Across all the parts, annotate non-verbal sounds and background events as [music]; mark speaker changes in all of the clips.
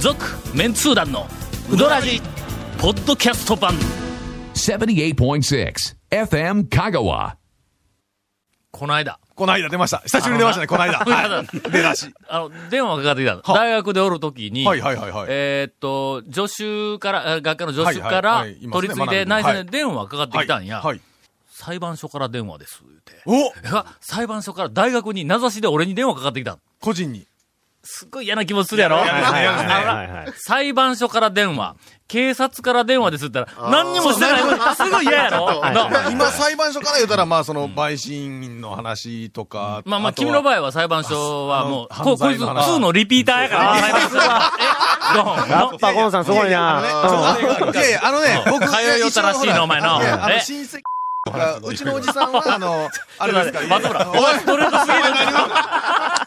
Speaker 1: 続メンツー団のウドラジポッドキャスト版
Speaker 2: 78.6 FM Kagawa.
Speaker 1: この間
Speaker 3: この間出ました。久しぶりに出ましたね、この間。はい。出だし。
Speaker 1: あの電話がかかってきたの大学でおるときに、
Speaker 3: はいはいはいはい
Speaker 1: えーっと助手からあ学科の助手から、
Speaker 3: はいはいはいいます
Speaker 1: 取
Speaker 3: ね
Speaker 1: り次いで
Speaker 3: ま
Speaker 1: 内
Speaker 3: あまあ
Speaker 1: 戦で電話がかかってきたんや、
Speaker 3: はいはい。
Speaker 1: 裁判所から電話です言うて
Speaker 3: お
Speaker 1: えあ裁判所から大学に名指しで俺に電話かかってきたの
Speaker 3: 個人に。
Speaker 1: すっごい嫌な気もするやろ
Speaker 3: はいはいはい
Speaker 1: あら裁判所から電話、警察から電話ですって言ったら、何にもしてないのにすごい嫌やろな
Speaker 3: 今、裁判所から言うたら、まあ、その、陪審員の話とか。
Speaker 1: まあまあ、君の
Speaker 3: 合。
Speaker 1: 場合は裁判所はもう、
Speaker 3: あ
Speaker 1: こ
Speaker 3: の犯
Speaker 1: こいつ、
Speaker 3: 罪
Speaker 1: ツ
Speaker 3: の話
Speaker 1: ーのリピーターやから、裁判所は。
Speaker 4: やっぱゴンさんすごいな。
Speaker 3: いやいや、あのね、僕、
Speaker 1: 通いよったらしいのお前の
Speaker 3: いやあ
Speaker 1: え
Speaker 3: の親戚とか、うちのおじさんは、
Speaker 1: [laughs]
Speaker 3: あの、あ
Speaker 1: ど
Speaker 3: れ
Speaker 1: ん。
Speaker 3: ですか、
Speaker 1: 松 [laughs] 村、お前ストレート
Speaker 3: [laughs]
Speaker 1: すぎる。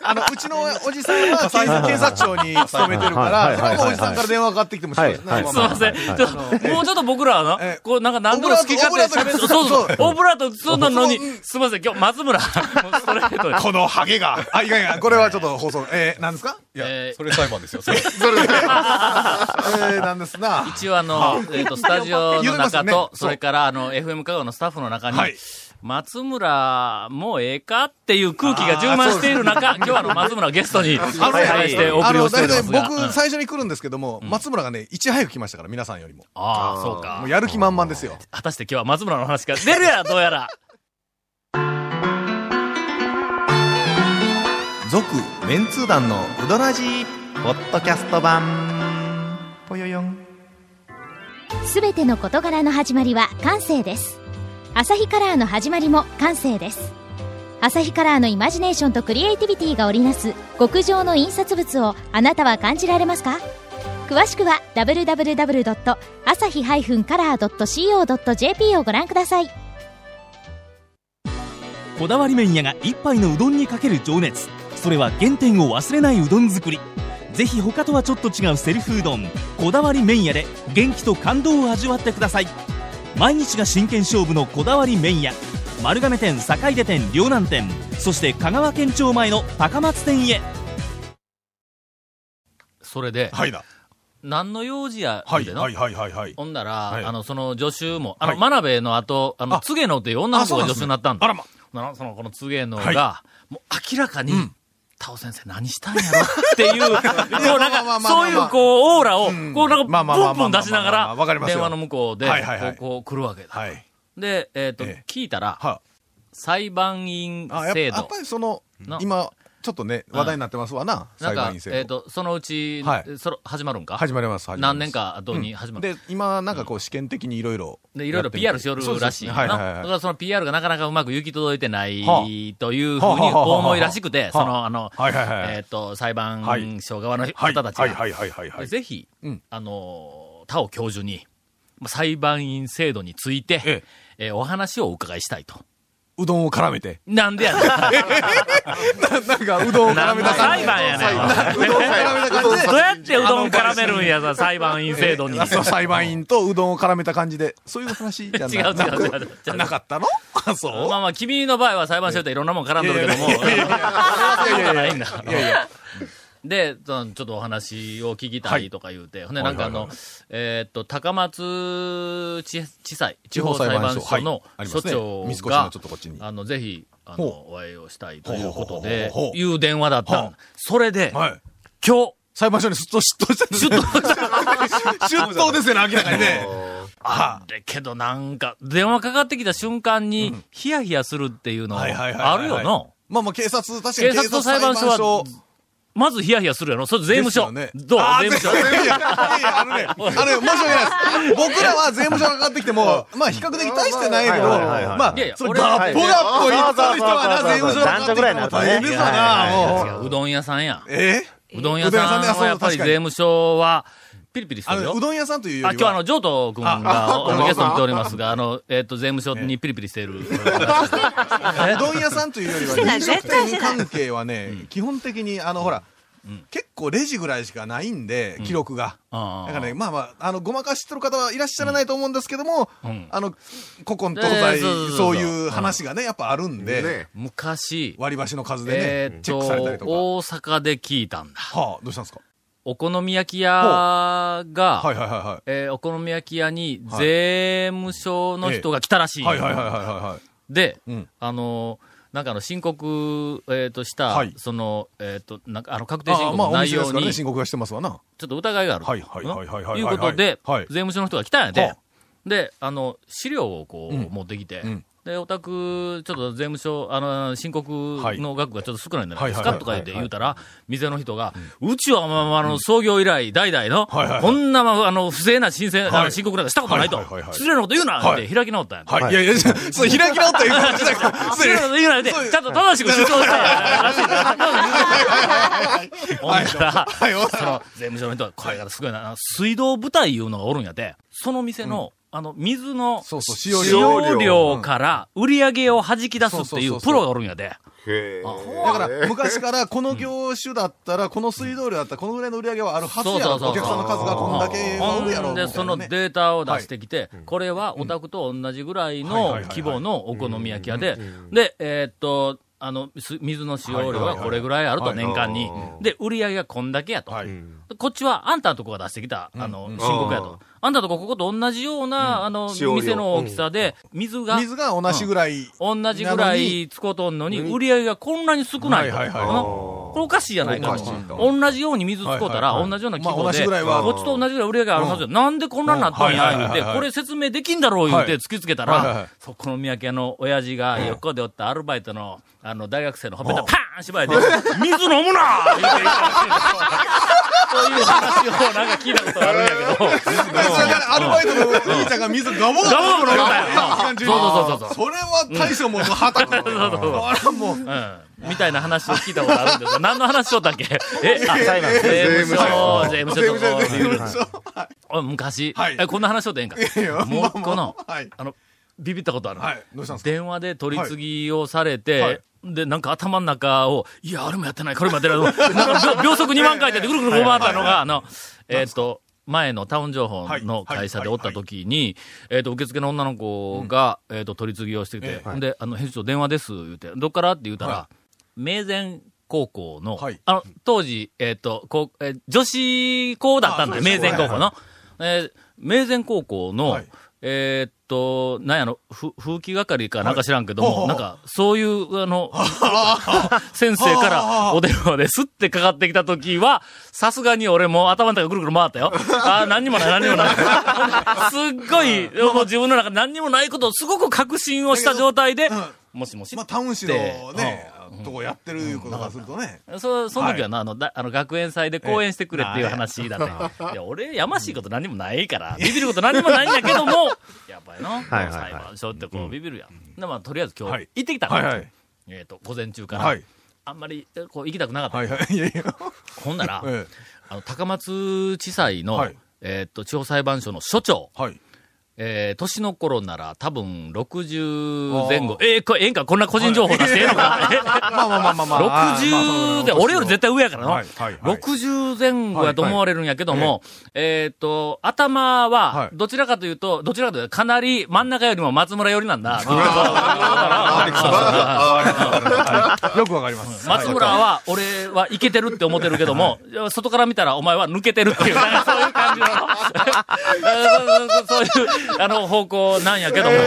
Speaker 3: あの、うちのおじさんは警察庁に勤めてるか
Speaker 4: はい
Speaker 3: ら、
Speaker 4: はいはいはい
Speaker 3: そのおじさんから電話かかってきても
Speaker 4: はい
Speaker 3: そうですね
Speaker 4: はい
Speaker 1: すいません。ちょっと、もうちょっと僕らはな
Speaker 3: え、
Speaker 1: こう、なんか何でも好き勝手に喋って、そう
Speaker 3: オブラート
Speaker 1: そう、オブラート包んだのに
Speaker 3: そうそう、
Speaker 1: すいません、今日松
Speaker 3: [laughs]
Speaker 1: 村、もうストレートで。
Speaker 3: このハゲが。あ、いやいや、これはちょっと放送、えー、何ですかいや、
Speaker 1: えー
Speaker 3: それ裁判ですよ、それ。それ、えー、なんですな。
Speaker 1: 一応あの、えっと、スタジオの
Speaker 3: 言うてます
Speaker 1: 中
Speaker 3: よね
Speaker 1: と、
Speaker 3: そう
Speaker 1: それからあの、FM 香川のスタッフの中に
Speaker 3: はい、
Speaker 1: 松村、もうええかっていう空気が充満している中、今日はあの、松村をゲストに、
Speaker 3: あのね
Speaker 1: 対してお送りをしておりますが。
Speaker 3: あの大体
Speaker 1: うん
Speaker 3: 僕、最初に来るんですけども、松村がね、いち早く来ましたから、皆さんよりも。
Speaker 1: ああ、そうか
Speaker 3: もう。やる気満々ですよ。
Speaker 1: 果たして今日は松村の話が出る
Speaker 3: [laughs]
Speaker 1: やら、どうやら。
Speaker 3: 続、メンツー団のうどらじポッドキャスト版。ぽよよん。
Speaker 5: すべての事柄の始まりは感性です。アサヒカラーの始まりも感性です。アサヒカラーのイマジネーションとクリエイティビティが織りなす極上の印刷物をあなたは感じられますか詳しくは www.asahi-color.co.jp をご覧ください。
Speaker 6: こだわり麺屋が一杯のうどんにかける情熱それは原点を忘れないうどん作りぜひ他とはちょっと違うセルフうどんこだわり麺屋で元気と感動を味わってください毎日が真剣勝負のこだわり麺屋丸亀店坂出店両南店そして香川県庁前の高松店へ
Speaker 1: それで、
Speaker 3: はいだ。
Speaker 1: 何の用事や、
Speaker 3: はい、
Speaker 1: 言うてな
Speaker 3: はい、はい、はい、はい。
Speaker 1: ほんなら、
Speaker 3: い
Speaker 1: あの、その助手も、あの、
Speaker 3: はい
Speaker 1: 真鍋の後、あの、
Speaker 3: あ
Speaker 1: つげのっていう女の子が
Speaker 3: あそうなん
Speaker 1: 助
Speaker 3: で
Speaker 1: 手
Speaker 3: すね
Speaker 1: になったんだ。
Speaker 3: あらま。
Speaker 1: なその、このつげのが、
Speaker 3: は
Speaker 1: もう明らかに、タオ先生何したんやろって
Speaker 3: [laughs]
Speaker 1: いう、こう
Speaker 3: ま
Speaker 1: な
Speaker 3: あまあまあまあ
Speaker 1: んか、
Speaker 3: まあ
Speaker 1: そういうこう、オーラを、
Speaker 3: ん
Speaker 1: こうなん
Speaker 3: ま
Speaker 1: か、
Speaker 3: あまあまあま
Speaker 1: ポ
Speaker 3: あ
Speaker 1: ンポン出しなが
Speaker 3: まあまあまあわからり、ますよ
Speaker 1: 電話の向こうで、
Speaker 3: はいはいは
Speaker 1: こう、
Speaker 3: い
Speaker 1: こう来るわけだ。
Speaker 3: はい。
Speaker 1: で、えっ、と、
Speaker 3: ええ
Speaker 1: 聞いたら、
Speaker 3: は
Speaker 1: 裁判員
Speaker 3: あ、やっぱ
Speaker 1: 制
Speaker 3: や
Speaker 1: 度
Speaker 3: っ。ぱりその
Speaker 1: な、
Speaker 3: 今、ちょっとね、話題になってますわな、
Speaker 1: な
Speaker 3: 裁
Speaker 1: んか
Speaker 3: 判員、制
Speaker 1: えっ、
Speaker 3: 度。
Speaker 1: と、そのうち、
Speaker 3: はい
Speaker 1: そろ始まるんか
Speaker 3: 始まります、始まります
Speaker 1: 何年か後に始まる。
Speaker 3: で、今、なんかこう、試験的にいろいろ。
Speaker 1: で、いろいろ PR しよるらしい
Speaker 3: そうですね
Speaker 1: な。
Speaker 3: はいはい
Speaker 1: だか
Speaker 3: はい。
Speaker 1: らその PR がなかなかうまく行き届いてない、
Speaker 3: は
Speaker 1: というふう
Speaker 3: はあは
Speaker 1: に
Speaker 3: あはあ
Speaker 1: お思いらしくて、
Speaker 3: はあ
Speaker 1: その、あの、
Speaker 3: はいはいはい
Speaker 1: えっ、と、裁判所側の
Speaker 3: はい、
Speaker 1: 方たちが、
Speaker 3: はい、はい、はい、はいはい。
Speaker 1: ぜひ、
Speaker 3: うん
Speaker 1: あの、他を教授に、まあ裁判員制度について、え
Speaker 3: え
Speaker 1: ーお話をお伺いしたいと。
Speaker 3: うどんを絡めて。
Speaker 1: なんでやねん。
Speaker 3: [laughs] なんか、うどんを絡めた感
Speaker 1: 裁
Speaker 3: じ。
Speaker 1: 判やねん。
Speaker 3: うどんを絡めた感じで
Speaker 1: どうやってうどん絡めるんやさ、裁判員制度に。違う
Speaker 3: [laughs] そう裁判員とうどんを絡めた感じで、そういう話じゃ
Speaker 1: [laughs]
Speaker 3: な
Speaker 1: 違う違う違う
Speaker 3: なくなかったのあ、そ
Speaker 1: [laughs]
Speaker 3: う
Speaker 1: まあまあ、君の場合は裁判所っていろんなもん絡んどるけども、 [laughs] そういうことないんだ。で、そのちょっとお話を聞きたいとか言うて、ほんで、なんかあの、
Speaker 3: はいは
Speaker 1: えーっと、高松地地裁、地
Speaker 3: 地
Speaker 1: 方
Speaker 3: 方
Speaker 1: 裁
Speaker 3: 裁
Speaker 1: 判
Speaker 3: 判
Speaker 1: 所
Speaker 3: 所
Speaker 1: の
Speaker 3: はい
Speaker 1: 所長
Speaker 3: ありますね三越
Speaker 1: が、
Speaker 3: のちょっとこっちに
Speaker 1: あの、ぜひ、あ
Speaker 3: ほ
Speaker 1: の、お会いをしたいということで
Speaker 3: ほうほうほうほ、う
Speaker 1: いう電話だった
Speaker 3: ほ
Speaker 1: ん
Speaker 3: う。
Speaker 1: それで、
Speaker 3: はい。
Speaker 1: 今日、
Speaker 3: 裁判所にすっと出頭したんです
Speaker 1: ちょっと、
Speaker 3: 出頭ですよね、明らかにね。あ
Speaker 1: だけどなんか、電話かかってきた瞬間に、ヒヤヒヤするっていうの、
Speaker 3: はいはいはいはいは
Speaker 1: あ
Speaker 3: い
Speaker 1: るよな。
Speaker 3: まあまあ、警察、確かに
Speaker 1: 警察と裁判所はまずヒヤヒヤするやろそれ税務署。
Speaker 3: ですよね
Speaker 1: どう
Speaker 3: あー
Speaker 1: 税務署。
Speaker 3: 税務署いやいやあのね、あのね、申し訳ないです。僕らは税務署がかかってきても、まあ比較的大してないけど、
Speaker 4: はいはいはいはい
Speaker 3: まあ
Speaker 1: いやいや、
Speaker 3: それ
Speaker 1: 俺
Speaker 3: ガ
Speaker 1: は
Speaker 3: ッポガッポ言ってる人はな、税
Speaker 4: そうそうそうそう
Speaker 3: 務署がかかってきても大変ですわ
Speaker 4: は
Speaker 3: な、もう。
Speaker 1: 違ううどん屋さんや。
Speaker 3: え
Speaker 1: うどん屋さん
Speaker 3: うどん屋さんねあそ
Speaker 1: は
Speaker 3: う
Speaker 1: やっぱり税
Speaker 3: 確か
Speaker 1: 務
Speaker 3: に
Speaker 1: 署は、ピリピリして
Speaker 3: あ
Speaker 1: るよ
Speaker 3: の、う。どん屋さんというよりは。
Speaker 1: あ、今日あの、上東君が、
Speaker 3: あ
Speaker 1: あの、
Speaker 3: あ
Speaker 1: ゲストに来ておりますが、あの、えっと、税務署にピリピリして
Speaker 3: [laughs]
Speaker 1: る。
Speaker 3: うどん屋さんというよりは、飲食店関係はね、基本的に、あの、ほら、結構レジぐらいしかないんで、記録が。
Speaker 1: あ
Speaker 3: だ
Speaker 1: あ
Speaker 3: からね、まあまあ、あの、ごまかしてる方はいらっしゃらないと思うんですけども、
Speaker 1: ん
Speaker 3: あの、古今
Speaker 1: い
Speaker 3: 東
Speaker 1: やい
Speaker 3: 西
Speaker 1: やそうそうそう、
Speaker 3: そういう話がね、やっぱあるんで、
Speaker 1: 昔、
Speaker 3: 割り箸の数で
Speaker 1: え
Speaker 3: ね
Speaker 1: っ、
Speaker 3: チェ
Speaker 1: と、
Speaker 3: ックされたりとか。
Speaker 1: 大阪で聞いたんだ。
Speaker 3: はあ、どうしたんですか
Speaker 1: お好み焼き屋が、
Speaker 3: はいはいは
Speaker 1: えーお好み焼き屋に税務署の人が来たらし
Speaker 3: い
Speaker 1: い。
Speaker 3: はい。はいはいはいはいはいはい。
Speaker 1: で、
Speaker 3: うん
Speaker 1: あのなんかあの申告、えー、とした、
Speaker 3: はい
Speaker 1: その、えー、となんかあの確定申
Speaker 3: ああ
Speaker 1: 告
Speaker 3: まあ
Speaker 1: の
Speaker 3: お
Speaker 1: 内
Speaker 3: 店で
Speaker 1: 容
Speaker 3: すから
Speaker 1: に、
Speaker 3: ね、
Speaker 1: ち
Speaker 3: 申告はしてますわな。
Speaker 1: ょっと疑いがあると
Speaker 3: はいはいはいはいはい
Speaker 1: いうことで、
Speaker 3: はい
Speaker 1: 税務署の人が来たんやで、
Speaker 3: はあ
Speaker 1: であの資料をこう、
Speaker 3: うん
Speaker 1: 持ってきて、
Speaker 3: うん
Speaker 1: でお宅、ちょっと税務署、あの申告の額がちょっと少ないんじゃないですか、
Speaker 3: はい
Speaker 1: とか言って言うたら、店の人が、うちは、まあまああの、創業以来、代々の、
Speaker 3: はいはいはい
Speaker 1: こんな、まああの不正な申請、あ
Speaker 3: は
Speaker 1: の
Speaker 3: い
Speaker 1: 申告なんかしたことないと、
Speaker 3: はいはいはいはい
Speaker 1: 失礼なこと言うな、
Speaker 3: はい
Speaker 1: って開き直ったんやて。
Speaker 3: はい。いやいや、そう開き直ったいう感じ
Speaker 1: [laughs]
Speaker 3: だから。
Speaker 1: 失礼なこと言うなで、ち
Speaker 3: [laughs] そう
Speaker 1: ゃんと正しく主張したらしいほんなら、
Speaker 3: はいはい
Speaker 1: その税務署の人が、これがすごいな、あの水道部隊いうのがおるんやで、その店の、あの、水の
Speaker 3: そうそう、使用
Speaker 1: 使
Speaker 3: 料。
Speaker 1: 用量から売り上げを弾き出すってい
Speaker 3: そうそうそう
Speaker 1: う
Speaker 3: そう
Speaker 1: プロがおるんやで。
Speaker 7: へえ。
Speaker 3: だから、昔からこの業種だったら、この水道量だったら、このぐらいの売り上げはあるはずやろ。
Speaker 1: そうそうそう
Speaker 3: お客さんの数がこんだけはおるやろ。
Speaker 1: ほんで、
Speaker 3: みた
Speaker 1: そ
Speaker 3: いな
Speaker 1: の
Speaker 3: ね
Speaker 1: データを出してきて、これはオタクと同じぐらいの規模のお好み焼き屋で、で、えーっと、あの、す水の使用量はこれぐらいあると、
Speaker 3: はいはい
Speaker 7: は
Speaker 1: 年
Speaker 7: い
Speaker 1: 間に
Speaker 7: あ。ー
Speaker 1: で、売り上げがこんだけやと。
Speaker 3: はい。
Speaker 1: こっちはあんたのとこが出してきた、あの、
Speaker 3: うん
Speaker 1: 申告やと。あんたのとこ、ここと同じような、あの、
Speaker 7: 使用量
Speaker 1: 店の大きさで、水が、
Speaker 3: 水が同じぐらい。
Speaker 1: 同じぐらい使うとんのに、売り上げがこんなに少ないと。
Speaker 3: はいはいはい
Speaker 1: なこれおかしいじゃないか
Speaker 3: おかしい
Speaker 1: と。
Speaker 3: と
Speaker 1: 同じように水使うたら、
Speaker 3: はいはいはい
Speaker 1: 同じような規模
Speaker 3: まあ同じ
Speaker 1: で、
Speaker 3: ぐらいは
Speaker 1: こっちと同じぐらい売り上げがあるはずや。なんでこんなになったん
Speaker 3: うんはいはい
Speaker 1: や、
Speaker 3: はい
Speaker 1: 言っ
Speaker 3: は
Speaker 1: て、
Speaker 3: い
Speaker 1: これ説明できんだろう、言う
Speaker 3: は
Speaker 1: て
Speaker 3: い
Speaker 1: 突きつけた
Speaker 3: はいはいはい
Speaker 1: ら、そこの三宅屋の親父が横でおったアルバイトの、あの、大学生のほっぺたパーン芝居で、水飲むな言うて言ったらしいんですよそういう話をなんか聞いたことあるんやけど。
Speaker 3: だからアルバイトのお兄ちゃんが水ガボガ
Speaker 1: ガ
Speaker 3: ボ
Speaker 1: ボガボ飲んだよ
Speaker 3: 感じに
Speaker 1: そうそうそうそう
Speaker 3: それは大将もはたく。
Speaker 1: そ
Speaker 3: あ
Speaker 1: うそうそう
Speaker 3: ら、もう。
Speaker 1: うんみたいな話を聞いたことあるんですよ。何の話しとったっけえ、あ
Speaker 4: 裁判
Speaker 1: 税務署、税務署とこ
Speaker 3: 税務署
Speaker 1: お昔、
Speaker 3: はい
Speaker 1: えこんな話しとったらええんか。もう一個の、
Speaker 3: まあまあはい
Speaker 1: あの、ビビったことある。
Speaker 3: はいどうしたんですか
Speaker 1: 電話で取り次ぎをされて、
Speaker 3: はい
Speaker 1: で、なんか頭の中を、いや、あれもやってない、これもやってない、なんか [laughs] 秒秒速2万回ってぐるぐる回ったのが、あの、えっ、と、前のタウン情報の会社でおった時に、えっと、受付の女の子が、えっと、取り次ぎをしてきて、で、あの、編集長電話です、言うて、どっからって言うたら、
Speaker 3: は
Speaker 1: 名前高校の、
Speaker 3: はい
Speaker 1: あの、当時、えっ、と、こうえー女子校だったんだよ、
Speaker 3: あそう
Speaker 1: 名
Speaker 3: です
Speaker 1: 前高校の。えー名前高校の、
Speaker 3: はい
Speaker 1: えーっと、なんやの、ふ風紀係かなんか知らんけど
Speaker 3: はい
Speaker 1: も、
Speaker 3: ほうほ
Speaker 1: な
Speaker 3: うん
Speaker 1: か、そういう、あの、先生からお電話ですってかかってきたときは、さすがに俺も頭の中ぐるぐる回ったよ。ああ、何にもない、何にもない。すっごい、もう自分の中で何にもないことをすごく確信をした状態で、もしもし
Speaker 3: まあ、。タウン市のね、とこやってるいうことからするとね。
Speaker 1: そその時はな、あの、だあの、学園祭で講演してくれっていう話だったん [laughs] やいや、俺、やましいこと何もないから、ビビること何もないんやけども、やっぱりな、
Speaker 4: はいはい
Speaker 1: 裁判所ってこう、ビビるやん。で、まあ、とりあえず今日、
Speaker 3: はい
Speaker 1: 行ってきたの
Speaker 3: はいはい。
Speaker 1: えっ、と、午前中から、
Speaker 3: はい。
Speaker 1: あんまり、えこう、行きたくなかった。
Speaker 3: はいはい。いやいや。
Speaker 1: ほんなら、
Speaker 3: え
Speaker 1: あの、高松地裁の、
Speaker 3: はい
Speaker 1: えっ、と、地方裁判所の所長、
Speaker 3: えはい。
Speaker 1: えー、年の頃なら多分60前後。えー、こええんかこんな個人情報出してええのかえ
Speaker 3: まあまあまあまあまあ。
Speaker 1: 60で、俺より絶対上やからな。
Speaker 3: はいはいはい
Speaker 1: 60前後やと思われるんやけども、えーっと、頭
Speaker 3: は
Speaker 1: は、
Speaker 3: い
Speaker 1: どちらかというと、どちらかというと、かなり真ん中よりも松村寄りなん
Speaker 3: [laughs]
Speaker 1: だ。
Speaker 3: 対。よくわかります。
Speaker 1: 松村は、俺はイケてるって思ってるけども、外から見たらお前は抜けてるっていう、なんかそういう感じの、 [laughs] そうそういう、あの、方向なんやけども、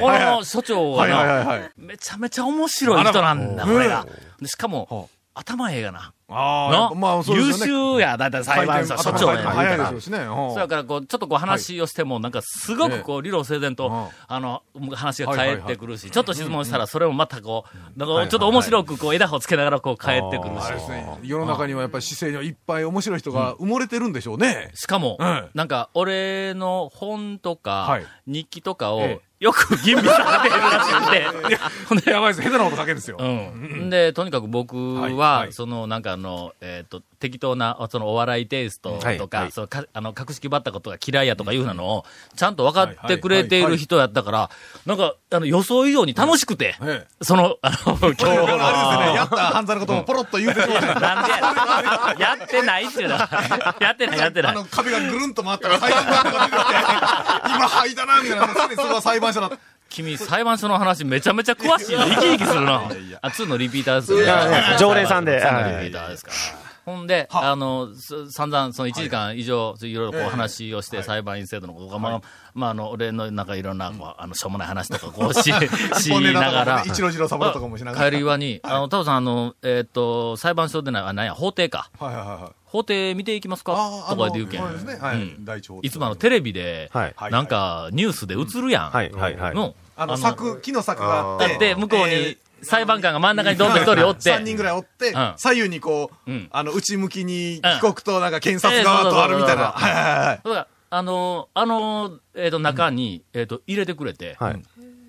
Speaker 1: この所長は
Speaker 3: はいはい
Speaker 1: な、
Speaker 3: はいはい。
Speaker 1: めちゃめちゃ面白い人なんだ、これが。でしかも
Speaker 3: ほ、
Speaker 1: 頭ええがな。
Speaker 3: あ
Speaker 1: の
Speaker 3: あ、まあそう
Speaker 1: 優
Speaker 3: ですよね。
Speaker 1: 秀や、だいたい裁判所、所長や、言う
Speaker 3: 早
Speaker 1: た
Speaker 3: いで
Speaker 1: ら
Speaker 3: す。よしね。
Speaker 1: そうやからこう、ちょっとこう話をしても、なんかすごくこう、理路整然と、
Speaker 3: うん
Speaker 1: あの、話が返ってくるし、ちょっと質問したらそれもまたこう、なんかちょっと面白くこう、枝葉をつけながらこう、返ってくる
Speaker 3: あれで
Speaker 1: し。
Speaker 3: すね。世の中にはやっぱり姿勢にはいっぱい面白い人が埋もれてるんでしょうね。
Speaker 1: しかも、
Speaker 3: うん
Speaker 1: なんか、俺の本と
Speaker 3: は
Speaker 1: か
Speaker 3: い、
Speaker 1: 日記とかを
Speaker 3: え、
Speaker 1: よく吟味されてるらしく
Speaker 3: [laughs]
Speaker 1: て、ほんで
Speaker 3: やばいです。下手なこと書けるんですよ
Speaker 1: うん。で、とにかく僕は、
Speaker 3: はいはい
Speaker 1: その、なんかあの、えっ、と、適当な、そのお笑いテイスト
Speaker 4: はい
Speaker 1: とか、
Speaker 4: はい
Speaker 1: そのかあの、格式ばったことが嫌いやとかいうなのを、ちゃんと分かっ
Speaker 3: はいは
Speaker 1: て
Speaker 3: い
Speaker 1: くれている人やったから、なんか、あの、予想以上に楽しくて、
Speaker 3: ええ
Speaker 1: その、あの、 [laughs] 今日
Speaker 3: あれですね。やった犯罪のことをポロッと言うてそうね。
Speaker 1: なんでやねんやってないっていうのはやってない、やってな
Speaker 3: あ
Speaker 1: い。
Speaker 3: の壁がぐるんと回ったら裁判官が出てきて、今灰だなみたいな、常にそれは裁判所だ。
Speaker 1: 君、裁判所の話めちゃめちゃ詳しい。生き生きするな。あ、2のリピーターですよ
Speaker 4: いやい
Speaker 1: ね
Speaker 4: や。常連さんで
Speaker 1: 2のリピーターですから。ほんで、
Speaker 3: は
Speaker 1: あの、す散々、その1時間以上、いろいろこう話をして、裁判員制度のこととか、まあ、まあ、あの、俺のなんかいろんな、こうあの、しょうもない話とか、こうし、し
Speaker 3: 本音
Speaker 1: な
Speaker 3: だ
Speaker 1: が
Speaker 3: と
Speaker 1: ら
Speaker 3: か、ね一郎次郎三郎とかもしながら
Speaker 1: 帰る際に、あの、タオさん、あの、えーっと、裁判所でない、あ、なんや、法廷か。
Speaker 3: はいはいはいはい
Speaker 1: 法廷見ていきますか
Speaker 3: あ
Speaker 1: と
Speaker 3: ー
Speaker 1: か言って言うけん。
Speaker 3: あのそうですねは
Speaker 1: う
Speaker 3: い
Speaker 1: ん
Speaker 3: 第一法廷
Speaker 1: いつもあの、テレビで
Speaker 4: はい、
Speaker 1: なんか、ニュースで映るやん。
Speaker 4: はいはいはい
Speaker 1: の、
Speaker 3: あの柵木の柵があって
Speaker 1: だって、向こう
Speaker 3: え
Speaker 1: に、裁判官が真ん中にどんどん一人おっ
Speaker 3: ー
Speaker 1: て。
Speaker 3: 三人ぐらいおって、
Speaker 1: うん
Speaker 3: 左右にこう、
Speaker 1: うん
Speaker 3: あの内向きに
Speaker 1: うん
Speaker 3: 被告となんか検察側とあるみたい
Speaker 1: え
Speaker 3: な、
Speaker 1: ーそうそうそうそう
Speaker 3: はいはいはい
Speaker 1: だからあのーあのーえっ、と、中に、えっ、と、入れてくれて、
Speaker 4: はい。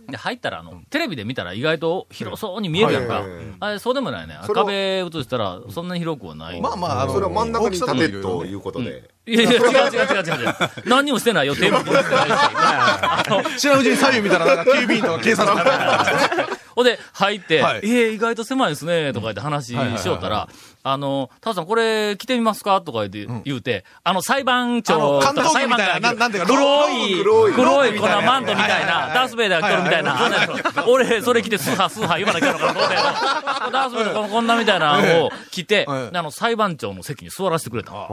Speaker 1: で入ったら、あの、テレビで見たら意外と広そうに見えるやんか。
Speaker 7: はいはいはいはい
Speaker 1: あれ、そうでもないね。
Speaker 7: それを
Speaker 1: 壁映したら、そんなに広くはない。
Speaker 3: まあまああの
Speaker 7: それを真ん中
Speaker 3: 大
Speaker 7: に
Speaker 3: きさと
Speaker 7: 立
Speaker 3: もい
Speaker 7: て
Speaker 3: ろ
Speaker 7: と
Speaker 3: いろね
Speaker 7: いうことで。
Speaker 1: いやいや、違う違う違う違う違う。何にもしてないよ、テレビも映ってないし。あの
Speaker 3: 知らんうちに左右見たらなんか警備員とか警察とか
Speaker 1: ほんで、入って、
Speaker 3: はい
Speaker 1: え意外と狭いですね、とか言って話しよったら、あの、タオさん、これ着てみますかとか言って、言うて、あの、裁判長
Speaker 3: あの
Speaker 1: とか裁判
Speaker 3: 監督みたいな
Speaker 1: 官が
Speaker 3: なんていうか
Speaker 1: 黒
Speaker 7: ロ
Speaker 1: い、
Speaker 7: ー
Speaker 1: 黒い
Speaker 3: ロー
Speaker 1: 粉マントみ
Speaker 3: みた
Speaker 1: た
Speaker 3: い
Speaker 1: い
Speaker 3: な
Speaker 1: な、ダースベイダー着てるみたいな、あの俺、それ着てスーハースーハー言わなきゃいけないのから、どうだよダースベイダーこんこんなみたいなのを着て、
Speaker 3: ええ
Speaker 1: であの、裁判長の席に座らせてくれた。か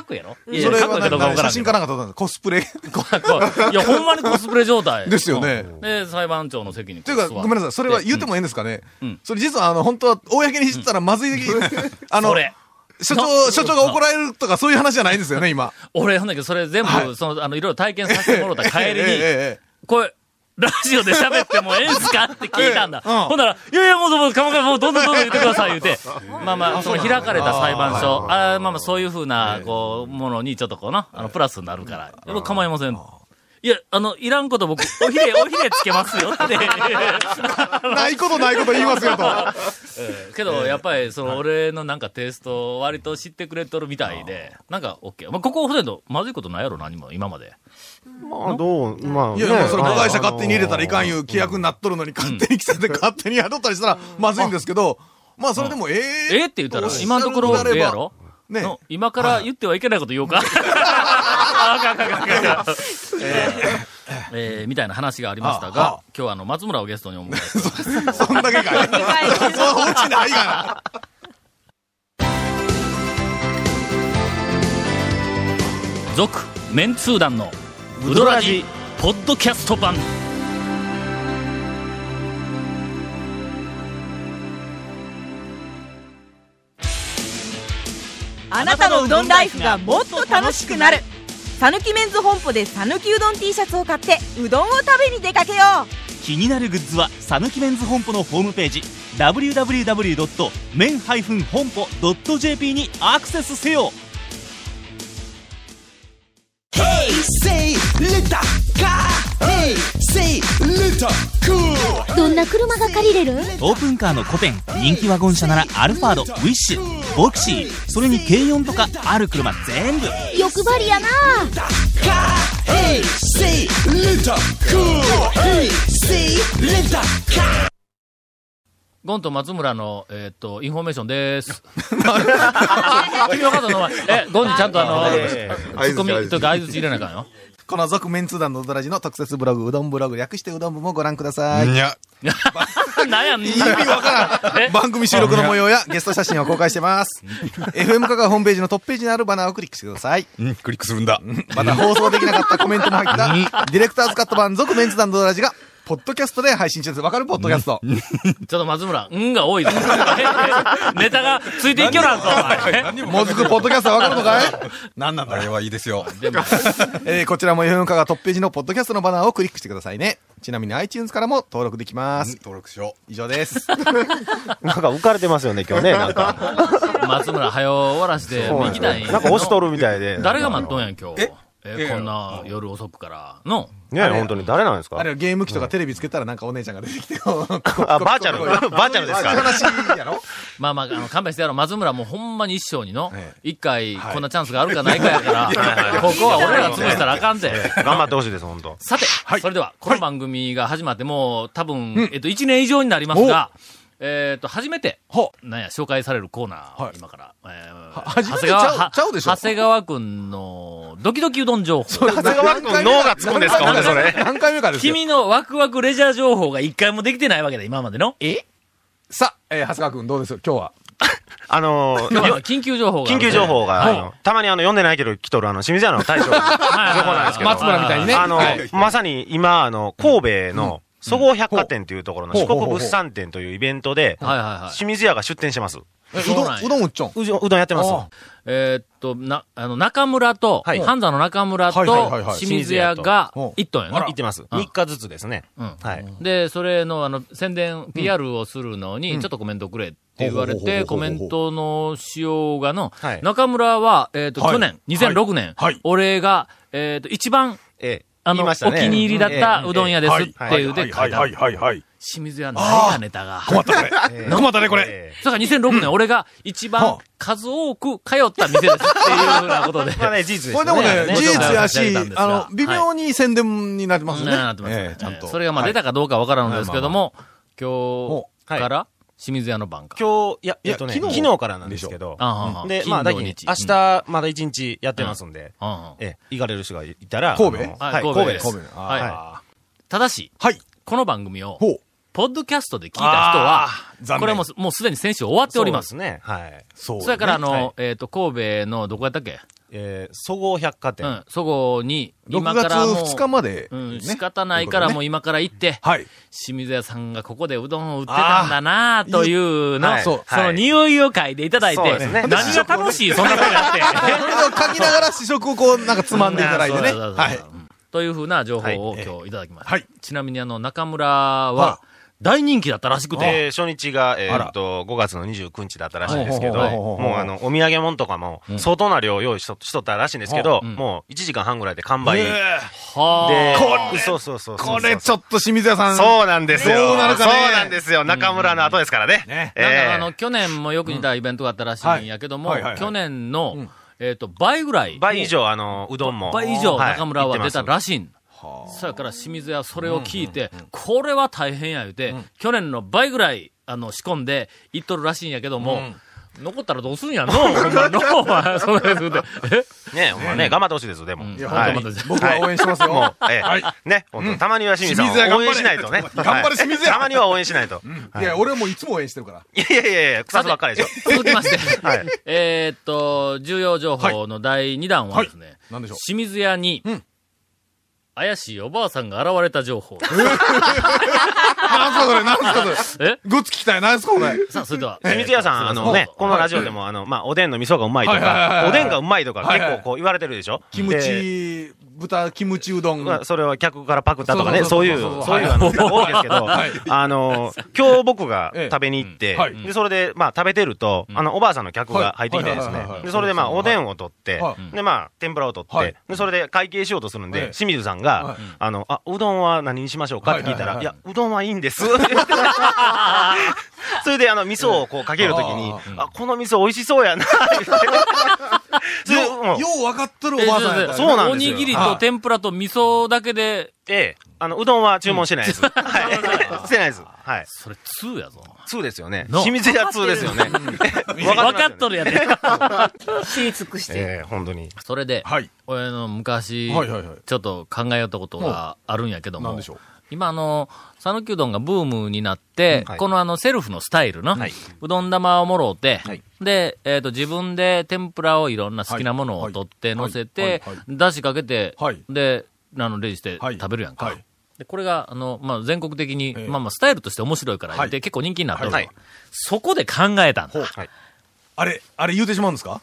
Speaker 1: っこいいやろいや
Speaker 3: それ
Speaker 1: かっこいい
Speaker 3: は
Speaker 1: かどうかわ
Speaker 3: 何
Speaker 1: から
Speaker 3: 写
Speaker 1: んけ
Speaker 3: 真
Speaker 1: ど
Speaker 3: かなんか撮ったんですかコスプレ
Speaker 1: こうこういや、ほんまにコスプレ状態。
Speaker 3: ですよね
Speaker 1: うん。で、裁判長の席に。
Speaker 3: というか、ごめんなさい。それは言ってもええんですかね、それ実は、あの、本当は、公に知ったらまずい、あ
Speaker 1: あ
Speaker 3: の
Speaker 1: の、、俺、
Speaker 3: 所長、所長が怒られるとかそういう話じゃないんですよね、今。
Speaker 1: 俺、ほんだけど、それ全部、
Speaker 3: はい
Speaker 1: その、あの、いろいろ体験させ [laughs] てもらった [laughs] 帰り
Speaker 3: えええ
Speaker 1: に、
Speaker 3: ええ
Speaker 1: これ、ラジオで喋ってもええんすかって聞いたんだ。
Speaker 3: ええうん
Speaker 1: ほんなら、いやいや、もう、もう、かまかま、もう、どんどんどんどん言ってください、言うて。まあま [laughs] あ、その開かれた裁判所、あーまあまあ、そういうふうな、こう、ものに、ちょっとこうな、あの、プラスになるから、よろ構いません。いや、あの、いらんこと僕、おひれ、おひれつけますよって。
Speaker 3: えないことないこと言いますよと。
Speaker 1: [laughs] けど、やっぱり、その、俺のなんかテイスト、割と知ってくれとるみたいで、なんか、オッケー。まあ、ここ、ほとんど、まずいことないやろ、何も、今まで。
Speaker 4: まあ、どう、まあ、
Speaker 3: いやいや、まあそれ
Speaker 4: ね
Speaker 3: 子会社勝手に入れたらいかん
Speaker 4: あの
Speaker 3: いう規約になっとるのに、勝手に着せて勝手に雇ったりしたらまずいんですけど、まあそれでもええ
Speaker 1: ええって言ったら、今のところ、ええやろ
Speaker 3: ね
Speaker 1: の今から言ってはいけないこと言おうか。 [laughs] あかんあかんあかんあかんえーみたいな話がありました
Speaker 3: はあは
Speaker 1: が、今日はあの、松村をゲストにお迎えして、
Speaker 3: そんだけかい。 [laughs] そう、落ちないがな。
Speaker 1: 続、メンツー団の、ウドラジ、ポッドキャスト版。
Speaker 8: あなたのうどんライフがもっと楽しくなるさぬきメンズ本舗でさぬきうどん T シャツを買ってうどんを食べに出かけよう
Speaker 6: 気になるグッズはさぬきメンズ本舗のホームページ www.men-honpo.jp にアクセスせよ
Speaker 9: Say little car. Hey, say little cool.
Speaker 5: どんな車が借りれる
Speaker 6: オープンカーの古典人気ワゴン車ならアルファードウィッシュボクシーそれに軽4とかある車全部
Speaker 5: 欲張りやな
Speaker 9: Hey, say little cool. Hey, say little car.
Speaker 1: ゴンと松村の、えーっと、インフォメーション [laughs] です。君分かったのお前え、ゴンにちゃんとあの、ツッコミ、というか相づち入れないかんよ。
Speaker 3: この続メンツ団のうどらじの特設ブログ、うどんブログ、略してうどん部もご覧ください。意
Speaker 1: なん [laughs] やん、
Speaker 3: 味わからん。番組収録の模様や [laughs] ゲスト写真を公開し
Speaker 7: [laughs]
Speaker 3: てます。FM カカホームページのトップページのあるバナーをクリックしてください。
Speaker 7: うん、クリックするんだ。
Speaker 3: また放送できなかったコメントも入った、ディレクターズカット版続メンツ団のうどらじが、ポッドキャストで配信中です。わかるポッドキャスト。
Speaker 1: ちょっと松村、うんが [laughs] 多いぞ。ネタがついていきよらんぞ、お前。
Speaker 3: もずくポッドキャストわかるのかい
Speaker 7: [laughs] なんなんだあれはいいですよ。
Speaker 1: でも、
Speaker 3: えーこちらも FM カがトップページのポッドキャストのバナーをクリックしてくださいね。ちなみに iTunes からも登録できます。
Speaker 7: 登録しよ
Speaker 3: 以上です。
Speaker 4: なんか浮かれてますよね、今日ね。なん
Speaker 3: [laughs]
Speaker 4: か。
Speaker 1: 松村、早う終わらして、
Speaker 4: そう
Speaker 1: 行
Speaker 4: んで
Speaker 1: き
Speaker 4: す
Speaker 1: た
Speaker 4: よ
Speaker 1: い
Speaker 4: なんか押しとるみたいで。
Speaker 1: [laughs] 誰が待っとんやん、今日。え
Speaker 7: いやいや
Speaker 1: こんな夜遅くから。の。
Speaker 4: ね本当に誰なんですか
Speaker 3: あれはゲーム機とかテレビつけたらなんかお姉ちゃんが出てき
Speaker 4: [laughs]
Speaker 3: て、こう
Speaker 4: あ、バーチャル。バーチャルですか
Speaker 3: 話やろ
Speaker 1: まあまあ、あの、勘弁してやろう。松村もうほんまに一生にの
Speaker 3: え、
Speaker 1: 一回、こんなチャンスがあるかないかやから、ここは俺らが潰したらあかんぜ。
Speaker 4: 頑張ってほしいです、本当。
Speaker 1: さて、それでは、この番組が始まってもう、多分、えっと、1年以上になりますが、えっと、初めて、なんや、紹介されるコーナーを、今から、えー
Speaker 3: 初めてちゃう
Speaker 1: は
Speaker 3: ちゃうでしょ
Speaker 1: 長谷川くんの、ドキドキうどん情報。
Speaker 4: 長谷川君脳がつくんですか、ほんでそれ。
Speaker 3: 何回目かですよ。
Speaker 1: 君のワクワクレジャー情報が一回もできてないわけだ、今までの。え
Speaker 3: さあ、えー長谷川くんどうです今日は。
Speaker 4: あのー
Speaker 1: 今日は緊急情報があ
Speaker 4: 緊
Speaker 1: るので。
Speaker 4: 急情報が、
Speaker 1: はい
Speaker 4: あのたまにあの、読んでないけど来とる、あの、清水屋の大将の情報なんですけど。
Speaker 1: 松村みたいにね
Speaker 4: あの
Speaker 7: はい、
Speaker 4: まさに今、あの、神戸の、そごう百貨店というところの四国物産展というイベントで、
Speaker 1: はいはいはい。
Speaker 4: 清水屋が出店してます。
Speaker 3: えう
Speaker 1: そう
Speaker 3: ど
Speaker 1: なん
Speaker 3: ん、
Speaker 1: や
Speaker 3: うどん売っちょん。
Speaker 4: うどんうどんやってます。
Speaker 3: あ
Speaker 1: えーっと、な、あの、中村と、
Speaker 4: はい
Speaker 1: ハンザの中村と
Speaker 3: はいはいはいは、い
Speaker 1: 清水屋が
Speaker 3: うん
Speaker 1: 1トンやな
Speaker 4: 行っ。てます。
Speaker 1: あ
Speaker 4: 3日ずつですね。
Speaker 1: うん
Speaker 4: はい。
Speaker 1: で、それの、あの、宣伝、PR をするのに、ちょっとコメントくれって言われて、コメントの仕様がの
Speaker 4: は、い
Speaker 1: 中村は、えーっと、
Speaker 3: はい
Speaker 1: 去年、2006年
Speaker 3: はい、
Speaker 1: 俺が、えーっと、一番、
Speaker 4: ええ
Speaker 1: あの、
Speaker 4: 言い
Speaker 1: お
Speaker 4: ました
Speaker 1: 気
Speaker 4: ね
Speaker 1: に入りだったうどん屋ですって
Speaker 4: はい
Speaker 1: いうで書いてあ
Speaker 3: はい
Speaker 1: る
Speaker 3: はいはいはい。
Speaker 1: 清水屋ないやネタが。困ったね。
Speaker 4: ええ
Speaker 1: 困ったね、こ
Speaker 4: え。
Speaker 1: だから2006年、俺が一番数多く通った店ですっていう
Speaker 3: [laughs]
Speaker 1: ふうなことで。
Speaker 4: まあね、事実です、ね。
Speaker 3: これでもね
Speaker 1: ね、
Speaker 3: 事実やし
Speaker 1: ね、
Speaker 3: あの、微妙に宣伝になってますよね。
Speaker 1: なってますね
Speaker 3: ええちゃんと。
Speaker 1: それがまあ
Speaker 3: はい
Speaker 1: 出たかどうかわからんのですけども、今日
Speaker 4: はい
Speaker 1: から清水屋の番か。
Speaker 4: 今日、いや、
Speaker 3: いや
Speaker 4: えっとね、
Speaker 3: 昨
Speaker 4: 昨
Speaker 3: 日
Speaker 4: 日からなんですけど。
Speaker 1: ああ
Speaker 4: で、まあ、だけに、明。
Speaker 1: ああ
Speaker 4: 日、まだ1日やってますんで、
Speaker 1: 金曜日うんうん
Speaker 4: ええ、行かれる人がいたら、
Speaker 3: 神戸
Speaker 4: あ
Speaker 1: はい
Speaker 4: のはい、
Speaker 1: 神
Speaker 4: 神
Speaker 1: 戸
Speaker 4: 戸
Speaker 1: で
Speaker 4: ですす。
Speaker 1: 神
Speaker 3: あ
Speaker 1: はい
Speaker 4: は
Speaker 1: ただし、
Speaker 3: はい。
Speaker 1: この番組を、
Speaker 3: ほう。
Speaker 1: ポッドキャストで聞いた人は
Speaker 3: あー残、念
Speaker 1: これはもうもうすでに先週終わっ
Speaker 4: い。
Speaker 1: ております。
Speaker 4: そうですね。はい。
Speaker 3: そう。
Speaker 1: それから、あ
Speaker 4: は
Speaker 1: の
Speaker 4: い、
Speaker 1: えっと、神戸の、どこやったっけ
Speaker 4: えー、そごう百貨
Speaker 1: う
Speaker 4: 店
Speaker 1: ん、そこに、今
Speaker 3: 6
Speaker 1: か
Speaker 3: 月
Speaker 1: らもう
Speaker 3: 2日まで。
Speaker 1: うん、
Speaker 3: ね
Speaker 1: 仕方ないからもう
Speaker 3: とい
Speaker 1: 今から行って
Speaker 3: う、ことねはい。
Speaker 1: 清水屋さんがここでうどんを売ってたんだなというの、
Speaker 4: あーはい
Speaker 1: そう
Speaker 4: はい
Speaker 1: その匂いを嗅いでいただいて、
Speaker 4: そうですね
Speaker 1: 何が楽しい、そんなことやって。
Speaker 3: それを書きながら試食をこう、なん [laughs] かつまんでいただいてね。
Speaker 1: そうそうそうそう
Speaker 3: はい。
Speaker 1: うんというふうな情報を
Speaker 4: はい
Speaker 1: 今日いただきました。
Speaker 3: はい
Speaker 1: ちなみにあの、中村は
Speaker 3: は、
Speaker 1: 大人気だったらしくて、
Speaker 4: えー初日が、え
Speaker 3: あ
Speaker 4: ー
Speaker 3: ら
Speaker 4: っと、5月の29日だったらしいんですけど、
Speaker 1: ほうほう
Speaker 3: ほうほう
Speaker 4: もうあの、お土産物とかも、相当な量用意しとしとったらしいんですけど、もう1時間半ぐらいで完売。で、
Speaker 1: は
Speaker 4: そうそうそうそう。
Speaker 3: これちょっと清水屋さん。
Speaker 4: そうなんですよ。
Speaker 3: どうなるかね
Speaker 4: そうなんですよ。中村の後ですからね。
Speaker 3: ね
Speaker 1: あ、なんかあ
Speaker 4: え
Speaker 1: の、
Speaker 4: ー
Speaker 1: 去年もよく似たイベントがあったらしいんやけども、
Speaker 3: はいはいはいはい
Speaker 1: 去年の、えっ、と、倍ぐらい、
Speaker 4: 倍以上、あの、うどんも。
Speaker 1: 倍以上
Speaker 4: はい
Speaker 1: 中村は出た。
Speaker 4: 行ってま
Speaker 1: らしいん。そやから清水屋それを聞いて、これは大変や言うて、去年の倍ぐらい、あの、仕込んで行っとるらしいんやけども、残ったらどうするんやの [laughs] ほんまのお前、それ言うて。え
Speaker 4: すね、ほんまね、頑張ってほしいですよ、でも。
Speaker 3: いや、
Speaker 1: は
Speaker 3: はいい、僕は応援してます
Speaker 4: も
Speaker 3: よ
Speaker 4: う。、ええ、ね、ほんとたまには清水さ
Speaker 3: 清水
Speaker 4: ん
Speaker 3: 屋
Speaker 4: を
Speaker 3: 頑張
Speaker 4: 応
Speaker 3: れ
Speaker 4: 援しないとね。
Speaker 3: 頑張れ清水屋
Speaker 4: はいたまには応援しないと。はい
Speaker 3: いや、俺はもういつも応援してるから。
Speaker 4: いやいやいやいや、草津ばっかりでしょ。
Speaker 1: 続きまして、
Speaker 4: [laughs] はい
Speaker 1: えーっと、重要情報の第2弾はですね、
Speaker 3: なんでしょう。
Speaker 1: 清水屋に、
Speaker 3: うん
Speaker 1: 怪しいおばあさんが現れた情報。
Speaker 3: なんすかそれ、なんすかそ
Speaker 1: え
Speaker 3: れ。グッズ聞きたい、なんすかこれ。
Speaker 1: さあ、それでは。
Speaker 4: 清水屋さ
Speaker 1: えー
Speaker 4: ん、
Speaker 1: と
Speaker 4: あのね、このラジオでも、あの、まあ、おでんの味噌がうまいとか、おでんがうまいとか、
Speaker 3: はいは
Speaker 4: 結
Speaker 3: い
Speaker 4: 構こう言われてるでしょ
Speaker 3: キム
Speaker 4: で
Speaker 3: チ、豚キムチうどん。
Speaker 4: まあそれは客からパクったとかね、
Speaker 3: そ
Speaker 4: そ
Speaker 3: そ
Speaker 4: うういうう
Speaker 3: そう、そ
Speaker 4: そうういうあの、多い
Speaker 3: [laughs]
Speaker 4: ですけど、あの、今日僕が
Speaker 3: ええ
Speaker 4: 食べに行って
Speaker 3: うんはい、
Speaker 4: で、それで、まあ、食べてると、あの、おばあさんの客が
Speaker 3: は
Speaker 4: 入
Speaker 3: い
Speaker 4: ってきてです
Speaker 3: はいは
Speaker 4: ね
Speaker 3: いはいは、い
Speaker 4: で、それでまあ、おでんを取って
Speaker 3: は、
Speaker 4: で、まあ、天ぷらを取っ
Speaker 3: は
Speaker 4: て
Speaker 3: い、
Speaker 4: で、それで会計しようとするん
Speaker 3: ええ
Speaker 4: で、清水さん
Speaker 3: は
Speaker 4: が
Speaker 3: い、
Speaker 4: あの、あ、うどんは何にしましょうかって聞い
Speaker 3: はい
Speaker 4: たら、
Speaker 3: はいいはい
Speaker 4: や、うどんはいいんです。 [laughs] それで、あの、味噌をこうかけるときに、あ、この味噌美味しそうやな、って
Speaker 3: [laughs]
Speaker 4: 言ってそれでもう
Speaker 3: よう分かってるおばあさんやったらね
Speaker 4: そうなん
Speaker 1: お
Speaker 4: ですよ
Speaker 1: にぎりと天ぷらと味噌だけで、
Speaker 4: ええ、あの、うどんは注文してないです。はい。 [laughs] してないです。はい。
Speaker 1: それ2やぞ。
Speaker 4: 2ですよね。
Speaker 1: の
Speaker 4: 清水屋2ですよね。
Speaker 1: 分かっと
Speaker 4: る。
Speaker 1: るやで。
Speaker 8: 知り尽くして
Speaker 4: ええ、本当に。
Speaker 1: それで、
Speaker 3: はい
Speaker 1: 俺の昔、
Speaker 3: はいはいはい
Speaker 1: ちょっと考えよったことがあるんやけども、
Speaker 3: なんでしょう
Speaker 1: 今あの、讃岐うどんがブームになって、
Speaker 4: はい
Speaker 1: このあのセルフのスタイルの、
Speaker 4: はいう
Speaker 1: どん玉をもろうて、
Speaker 4: はい
Speaker 1: で、えっ、と、自分で天ぷらをいろんな好きなものを
Speaker 3: はい
Speaker 1: 取って乗せて
Speaker 3: はいはい、
Speaker 1: だしかけて、
Speaker 3: はい
Speaker 1: で、あの、レジして
Speaker 3: はい
Speaker 1: 食べるやんか。
Speaker 3: はい
Speaker 1: でこれが、あの、まあ、全国的に、
Speaker 3: ええ
Speaker 1: まあまあ、スタイルとして面白いから言って、
Speaker 3: はい
Speaker 1: 結構人気になってる、
Speaker 4: はい
Speaker 1: そこで考えたんだ。
Speaker 4: はい。
Speaker 3: あれ、あれ言うてしまうんですか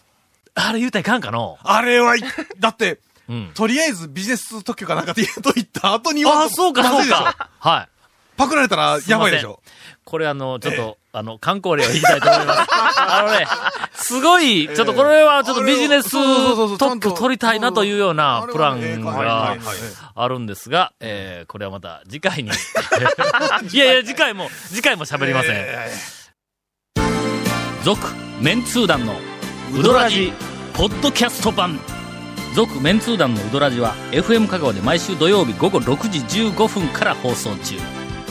Speaker 1: あれ言うたらいかんかの
Speaker 3: あれはい、だって、
Speaker 1: うん。
Speaker 3: とりあえずビジネス特許かなんかって言うと言った後に言わ
Speaker 1: あ
Speaker 3: ん
Speaker 1: あ、
Speaker 3: と
Speaker 1: そうか、
Speaker 3: ま
Speaker 1: そ
Speaker 3: ず
Speaker 1: う
Speaker 3: いでしょ
Speaker 1: か。はい。
Speaker 3: パクられたらやばいでしょ。
Speaker 1: これあの、ちょっと、あの、観光例を言いたいと思います。
Speaker 3: [laughs]
Speaker 1: あのね、すごい、ちょっとこれはちょっとビジネス
Speaker 3: あれをそうそうそうそうちゃ
Speaker 1: 特
Speaker 3: んと
Speaker 1: 許取りたいなというような
Speaker 3: そうそ
Speaker 1: プ
Speaker 3: うそう
Speaker 1: ラ
Speaker 3: あれはね
Speaker 1: ン
Speaker 3: は
Speaker 1: が
Speaker 3: いはいはい
Speaker 1: あるんですが、えー、これはまた次回
Speaker 3: [laughs]
Speaker 1: に。いやいや、次回も、次回も喋りません。続、メンツー団のウドラジ、ポッドキャスト版。続、メンツー団のウドラジは FM 香川で毎週土曜日午後6時15分から放送中。